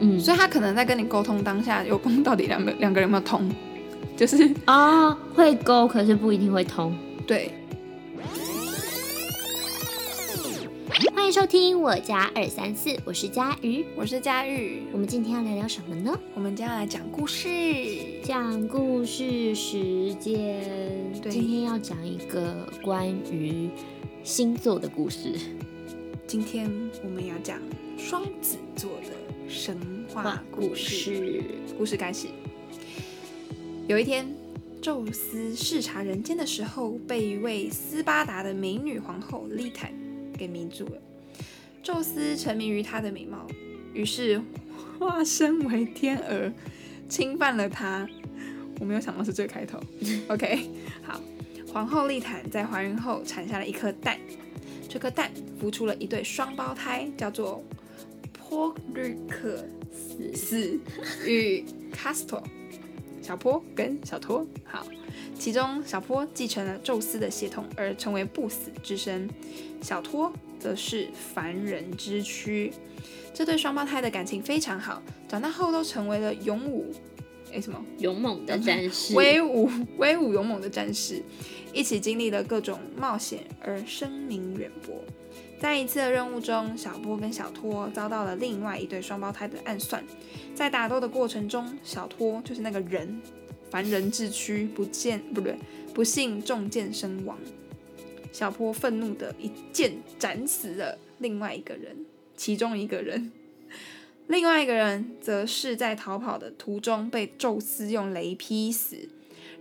嗯，所以他可能在跟你沟通当下有沟通到底两个两个人有没有通，就是哦，会勾，可是不一定会通。 对，欢迎收听我家二三四，我是佳瑜。我是佳玉，我们今天要聊聊什么呢？我们接下来讲故事，讲故事时间。对今天要讲一个关于星座的故事。今天我们要讲双子座的神话故事。故事开始。有一天，宙斯视察人间的时候，被一位斯巴达的美女皇后丽坦给迷住了。宙斯沉迷于她的美貌，于是化身为天鹅，侵犯了她。我没有想到是这个开头。OK，好。皇后丽坦在怀孕后产下了一颗蛋，这颗蛋孵出了一对双胞胎，叫做波瑞克是死与 Castor，小坡跟小托。好，其中小坡继承了宙斯的血统，而成为不死之身；小托则是凡人之躯。这对双胞胎的感情非常好，长大后都成为了勇武，诶，什么勇猛的战士，威武、威武勇猛的战士，一起经历了各种冒险而声名远播。在一次的任务中，小波跟小托遭到了另外一对双胞胎的暗算。在打斗的过程中，小托就是那个人，凡人之躯，不见不对，不幸中箭身亡。小坡愤怒的一剑斩死了另外一个人，其中一个人。另外一个人则是在逃跑的途中被宙斯用雷劈死，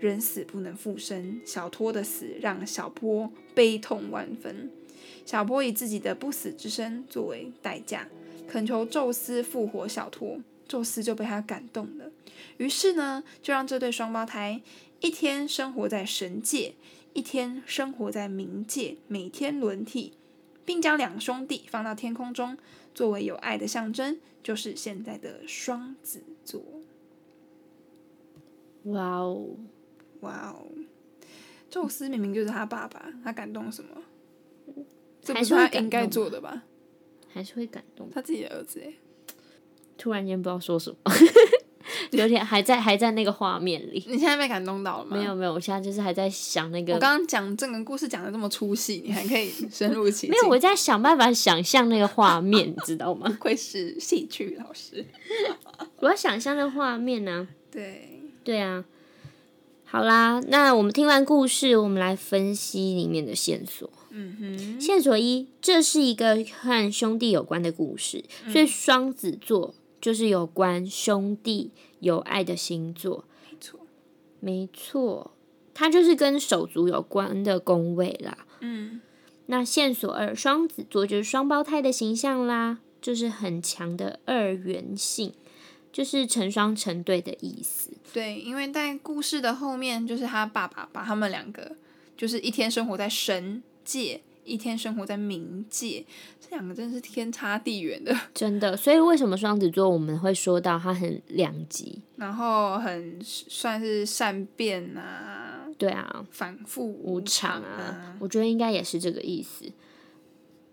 人死不能复生。小托的死让小波悲痛万分，小波以自己的不死之身作为代价，恳求宙斯复活小托。宙斯就被他感动了，于是呢，就让这对双胞胎一天生活在神界，一天生活在冥界，每天轮替，并将两兄弟放到天空中，作为有爱的象征，就是现在的双子座。哇哦！哇哦，宙斯明明就是他爸爸，他感动什么？这不还是他会感应该动做的吧？还是会感动。他自己的儿子哎，突然间不知道说什么， 有点还在还在那个画面里。你现在被感动到了吗？没有。没有，我现在就是还在想那个我，刚刚讲整个故事讲的这么粗细，你还可以深入其境。没有，我在想办法想象那个画面，你知道吗？不愧是戏剧老师。我要想象那画面呢、对， 对啊。好啦，那我们听完故事，我们来分析里面的线索。嗯哼，线索一，这是一个和兄弟有关的故事，所以双子座就是有关兄弟友爱的星座。没错。没错，它就是跟手足有关的宫位啦。嗯，那线索二，双子座就是双胞胎的形象啦，就是很强的二元性，就是成双成对的意思。对，因为在故事的后面，就是他爸爸把他们两个，就是一天生活在神界，一天生活在冥界，这两个真的是天差地远的，真的，所以为什么双子座我们会说到它很两极？然后很算是善变啊，对啊，反复无无常啊啊，，我觉得应该也是这个意思。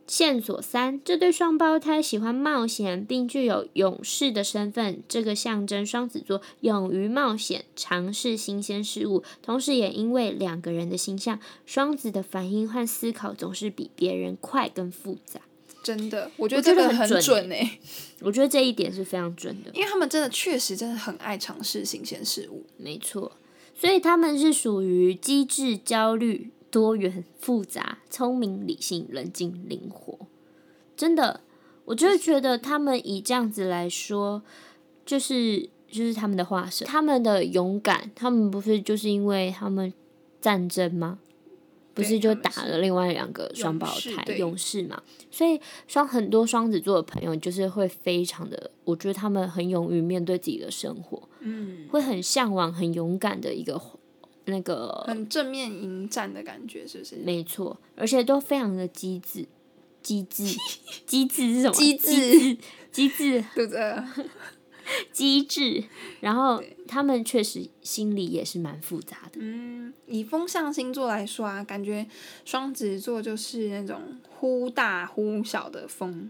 线索三，这对双胞胎喜欢冒险，并具有勇士的身份，这个象征双子座勇于冒险，尝试新鲜事物。同时，也因为两个人的形象，双子的反应和思考总是比别人快跟复杂。真的，我觉得我这觉得个很很准欸准哎、我觉得这一点是非常准的，因为他们真的确实真的很爱尝试新鲜事物，没错。所以他们是属于机智、焦虑、多元、复杂、聪明、理性、冷静、灵活。真的，我就是觉得他们以这样子来说，就是就是他们的化身，他们的勇敢，他们不是就是因为他们战争吗？不对是就他们打了另外两个双勇胞士胎对勇士嘛？所以双很多双子座的朋友就是会非常的，我觉得他们很勇于面对自己的生活，嗯，会很向往、很勇敢的一个那个很正面迎战的感觉，是不是？没错，而且都非常的机智，机智，机智是什么？机智，机智，对不对？机智。然后他们确实心里也是蛮复杂的，嗯，以风象星座来说啊，感觉双子座就是那种忽大忽小的风，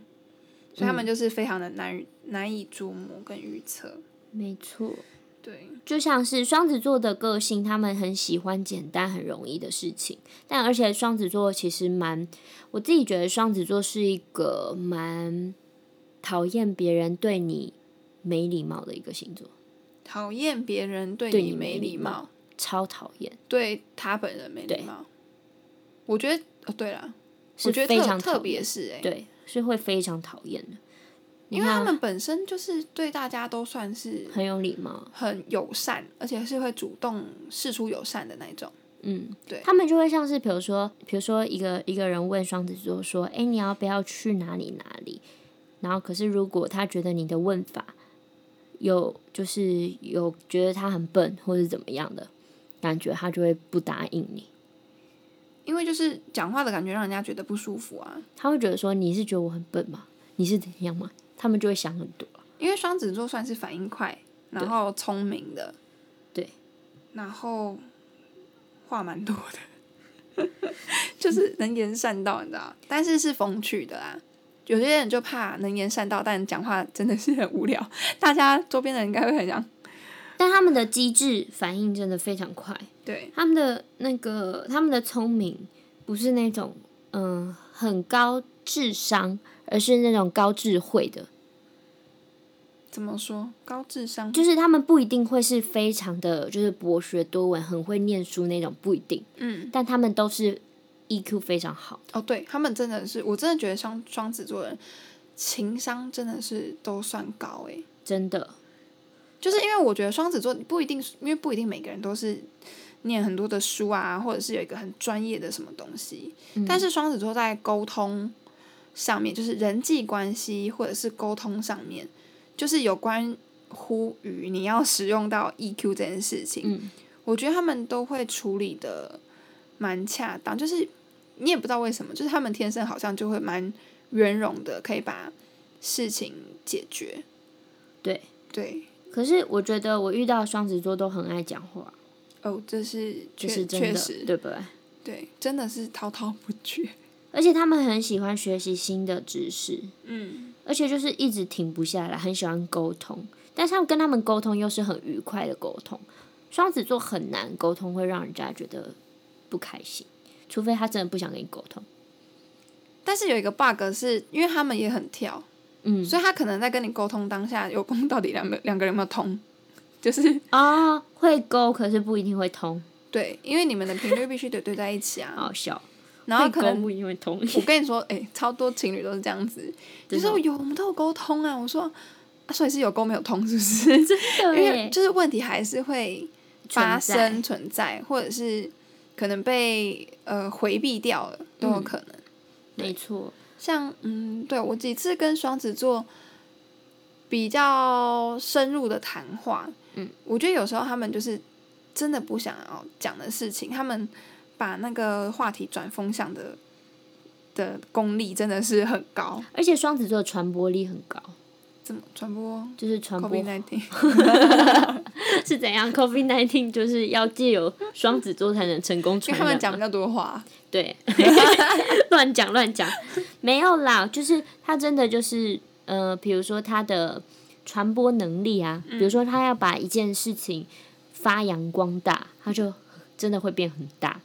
所以嗯他们就是非常的难以难以捉摸跟预测。没错，对，就像是双子座的个性，他们很喜欢简单、很容易的事情。但而且双子座其实蛮，我自己觉得双子座是一个蛮讨厌别人对你没礼貌的一个星座，讨厌别人对对你你没没礼礼貌貌，超讨厌，对他本人没礼对貌。我觉得，哦，对了，我是觉得非特常特讨厌，别是哎、对，是会非常讨厌的。你因为他看，们本身就是对大家都算是很有礼貌，很友善，而且是会主动示出友善的那一种。嗯，对他们就会像是比如说，比如说一个一个人问双子座说：“哎、你要不要去哪里哪里？”然后可是如果他觉得你的问法有就是有觉得他很笨或者怎么样的感觉，他就会不答应你。因为就是讲话的感觉让人家觉得不舒服啊。他会觉得说：“你是觉得我很笨吗？你是怎样吗？”他们就会想很多。因为双子座算是反应快，然后聪明的，对，然后话蛮多的， 就是能言善道，你知道？但是是风趣的啦。有些人就怕能言善道，但讲话真的是很无聊。大家周边的人应该会很想但他们的机智反应真的非常快，对他们的那个他们的聪明不是那种嗯、呃很高智商，而是那种高智慧的，怎么说高智商，就是他们不一定会是非常的就是博学多闻、很会念书那种，不一定，嗯，但他们都是 EQ 非常好，哦，对他们真的是，我真的觉得双双子座人情商真的是都算高欸诶、真的，就是因为我觉得双子座不一定，因为不一定每个人都是念很多的书啊，或者是有一个很专业的什么东西，嗯但是双子座在沟通上面，就是人际关系或者是沟通上面，就是有关乎于你要使用到 EQ 这件事情，嗯，我觉得他们都会处理的蛮恰当，就是你也不知道为什么，就是他们天生好像就会蛮圆融的，可以把事情解决。对。对，可是我觉得我遇到的双子座都很爱讲话，哦，这是确这是真确的，实对不对？对，真的是滔滔不绝。 而且他们很喜欢学习新的知识，嗯，而且就是一直停不下来，很喜欢沟通，但是他们跟他们沟通又是很愉快的沟通。双子座很难沟通，会让人家觉得不开心，除非他真的不想跟你沟通。但是有一个 bug 是因为他们也很跳，嗯，所以他可能在跟你沟通当下有沟通到底两个两个人有没有通， 就是啊、哦会勾，可是不一定会通，对，因为你们的频率必须得对在一起啊，好好笑。然后会啊可勾能不一定会 通，我跟你说，哎、超多情侣都是这样子，就真是的哦有我们都有沟通啊。我说，啊、所以是有沟没有通，是不是？因为对， 就是问题还是会发存在生存在，或者是可能被呃回避掉了，都有可能。没错，像嗯，对我几次跟双子座比较深入的谈话，嗯，我觉得有时候他们就是真的不想要讲的事情，他们把那个话题转风向的的功力真的是很高，而且双子座的传播力很高，怎么传播就是传 c o 播 v i d 是怎样？COVID nineteen 就是要借由双子座才能成 功因传为他染嘛。们讲比较多话， 对，乱讲乱讲，没有啦，就是他真的就是呃，比如说他的传播能力啊，嗯比如说他要把一件事情发扬光大，他就 真的会变很大。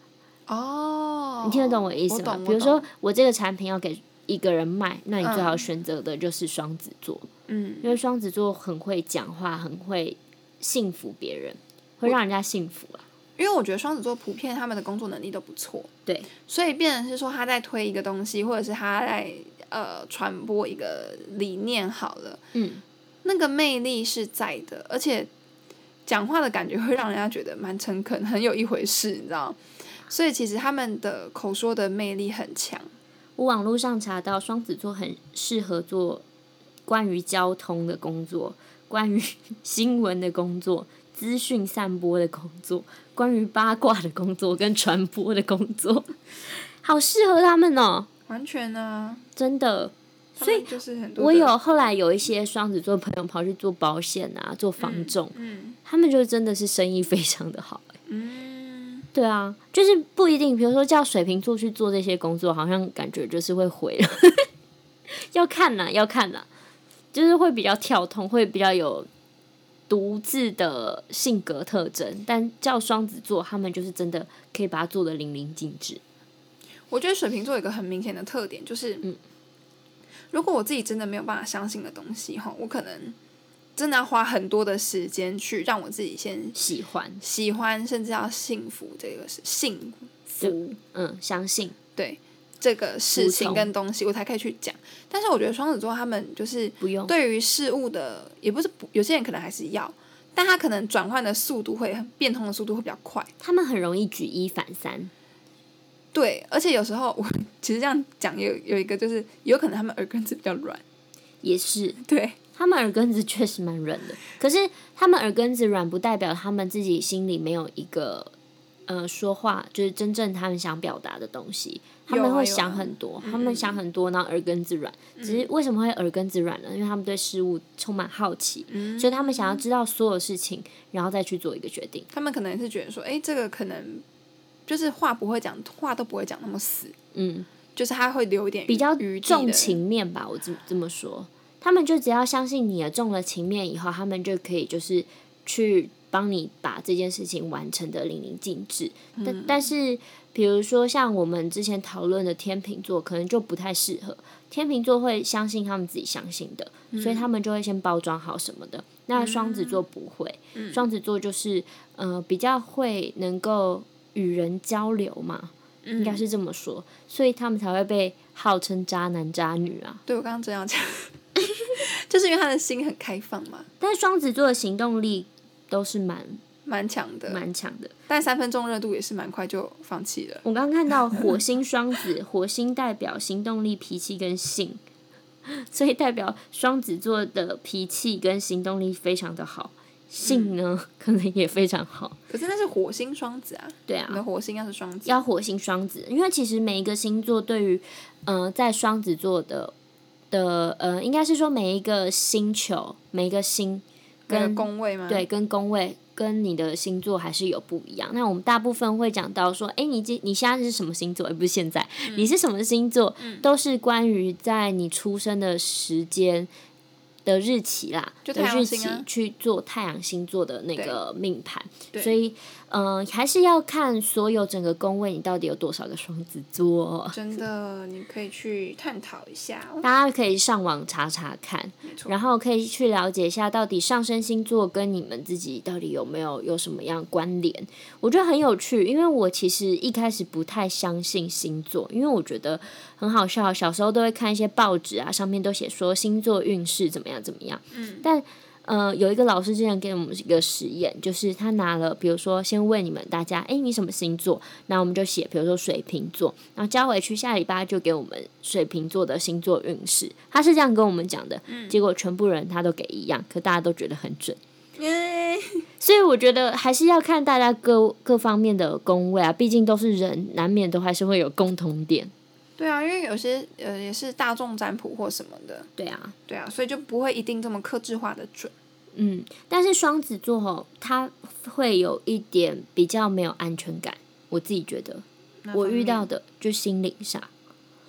哦，你听得懂我意思我吗懂？比如，我说懂我这个产品要给一个人卖，那你最嗯好选择的就是双子座，嗯，因为双子座很会讲话，很会信服别人，会让人家信服啊。因为我觉得双子座普遍他们的工作能力都不错，对，所以变成是说他在推一个东西，或者是他在呃传播一个理念好了，嗯，那个魅力是在的，而且讲话的感觉会让人家觉得蛮诚恳，很有一回事，你知道？所以其实他们的口说的魅力很强，我网络上查到双子座很适合做关于交通的工作，关于 新闻的工作、资讯散播的工作、关于八卦的工作跟传播的工作，好适合他们哦，完全呢、真的。所以就是很多我的有后来有一些双子座朋友跑去做保险啊，做房仲，嗯他们就真的是生意非常的好。嗯，对啊，就是不一定，比如说叫水瓶座去做这些工作，好像感觉就是会毁了。 要看啦，要看啦，就是会比较跳通，会比较有独自的性格特征。但叫双子座，他们就是真的可以把它做的淋漓尽致。我觉得水瓶座有一个很明显的特点，就是，嗯如果我自己真的没有办法相信的东西，哈，我可能真的要花很多的时间去让我自己先喜欢，喜欢，甚至要幸福这个事，幸福嗯，相信，对这个事服情从跟东西，我才可以去讲。但是我觉得双子座他们就是不用对于事物的，也不是不有些人可能还是要，但他可能转换的速度会变通的速度会比较快。他们很容易举一反三。对，而且有时候我其实这样讲有有一个就是，有可能他们耳根子比较软。也是，对，他们耳根子确实蛮软的，可是他们耳根子软不代表他们自己心里没有一个呃说话，就是真正他们想表达的东西。他有啊们会有啊想很多，他们想很多，然后耳根子软。只是为什么会耳根子软呢？因为他们对事物充满好奇，所以他们想要知道所有事情，然后再去做一个决定。他们可能是觉得说，哎，这个可能就是话不会讲，话都不会讲那么死，嗯，就是他会留一点比较余地的重情面吧，我这这么说，他们就只要相信你了，中了情面以后，他们就可以就是去帮你把这件事情完成的淋漓尽致。嗯但但是，比如说像我们之前讨论的天秤座，可能就不太适合。天秤座会相信他们自己相信的，所嗯以他们就会先包装好什么的。那双子座不会，嗯双子座就是呃比较会能够与人交流嘛，应嗯该是这么说，所以他们才会被号称渣男渣女啊。对我刚刚这样讲， 就是因为他的心很开放嘛，但是双子座的行动力都是蛮蛮强的，蛮强的。但三分钟热度也是蛮快就放弃了。我刚刚看到火星双子，火星代表行动力、脾气跟性，所以代表双子座的脾气跟行动力非常的好，性呢、可能也非常好。可是那是火星双子啊，对你啊，的火星要是双子，要火星双子，因为其实每一个星座对于，呃，在双子座的的呃，应该是说每一个星球、每一个星那个跟宫位吗？对，跟宫位跟你的星座还是有不一样。那我们大部分会讲到说，哎，你今你现在是什么星座？也不是现在，嗯你是什么星座，都是关于在你出生的时间。的日期啦，就的太阳日星期啊去做太阳星座的那对个命盘，对所以嗯、呃还是要看所有整个宫位你到底有多少个双子座，真的，你可以去探讨一下。哦大家可以上网查查看，错然后可以去了解一下到底上升星座跟你们自己到底有没有有什么样关联。我觉得很有趣，因为我其实一开始不太相信星座，因为我觉得很好笑，小时候都会看一些报纸啊，上面都写说星座运势怎么样怎么样。嗯，但呃，有一个老师之前给我们一个实验，就是他拿了，比如说先问你们大家，诶，你什么星座？那我们就写，比如说水瓶座，然后交回去，下礼拜就给我们水瓶座的星座运势。他是这样跟我们讲的，结果全部人他都给一样，可大家都觉得很准。耶所以我觉得还是要看大家各各方面的宫位啊，毕竟都是人，难免都还是会有共同点。对啊，因为有些呃也是大众占卜或什么的，对啊，对啊，所以就不会一定这么克制化的准。嗯，但是双子座吼，他会有一点比较没有安全感，我自己觉得，那我方遇面到的就心灵上，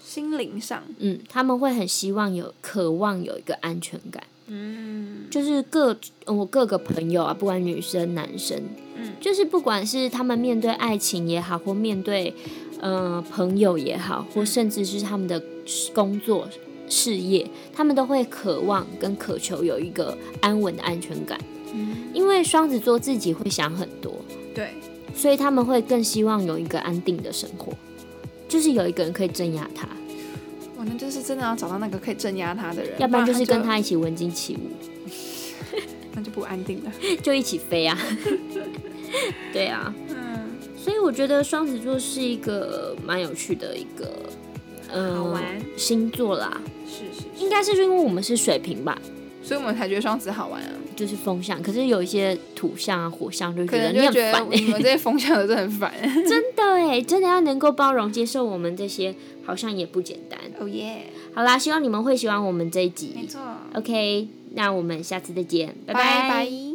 心灵上，嗯，他们会很希望有渴望有一个安全感。嗯，就是各呃我各个朋友啊，不管女生男生，嗯，就是不管是他们面对爱情也好，或面对呃朋友也好，或嗯甚至是他们的工作事业，他们都会渴望跟渴求有一个安稳的安全感，嗯因为双子座自己会想很多，对，所以他们会更希望有一个安定的生活，就是有一个人可以镇压他，我那就是真的要找到那个可以镇压他的人，要不然就是跟他他一起文经起舞。那就不安定了。就一起 飞啊。对啊，嗯，所以我觉得双子座是一个蛮有趣的一个，嗯、好玩星座啦。是是应该是因为我们是水瓶吧，所以我们才觉得双子好玩啊，就是风象。可是有一些土象啊、火象就可觉得能你就很觉得烦 哎、你们这些风向的真的很 烦。真的哎、真的要能够包容接受我们这些，好像也不简单。哦耶，好啦，希望你们会喜欢我们这一集。错， OK，那我们下次再见，拜拜拜。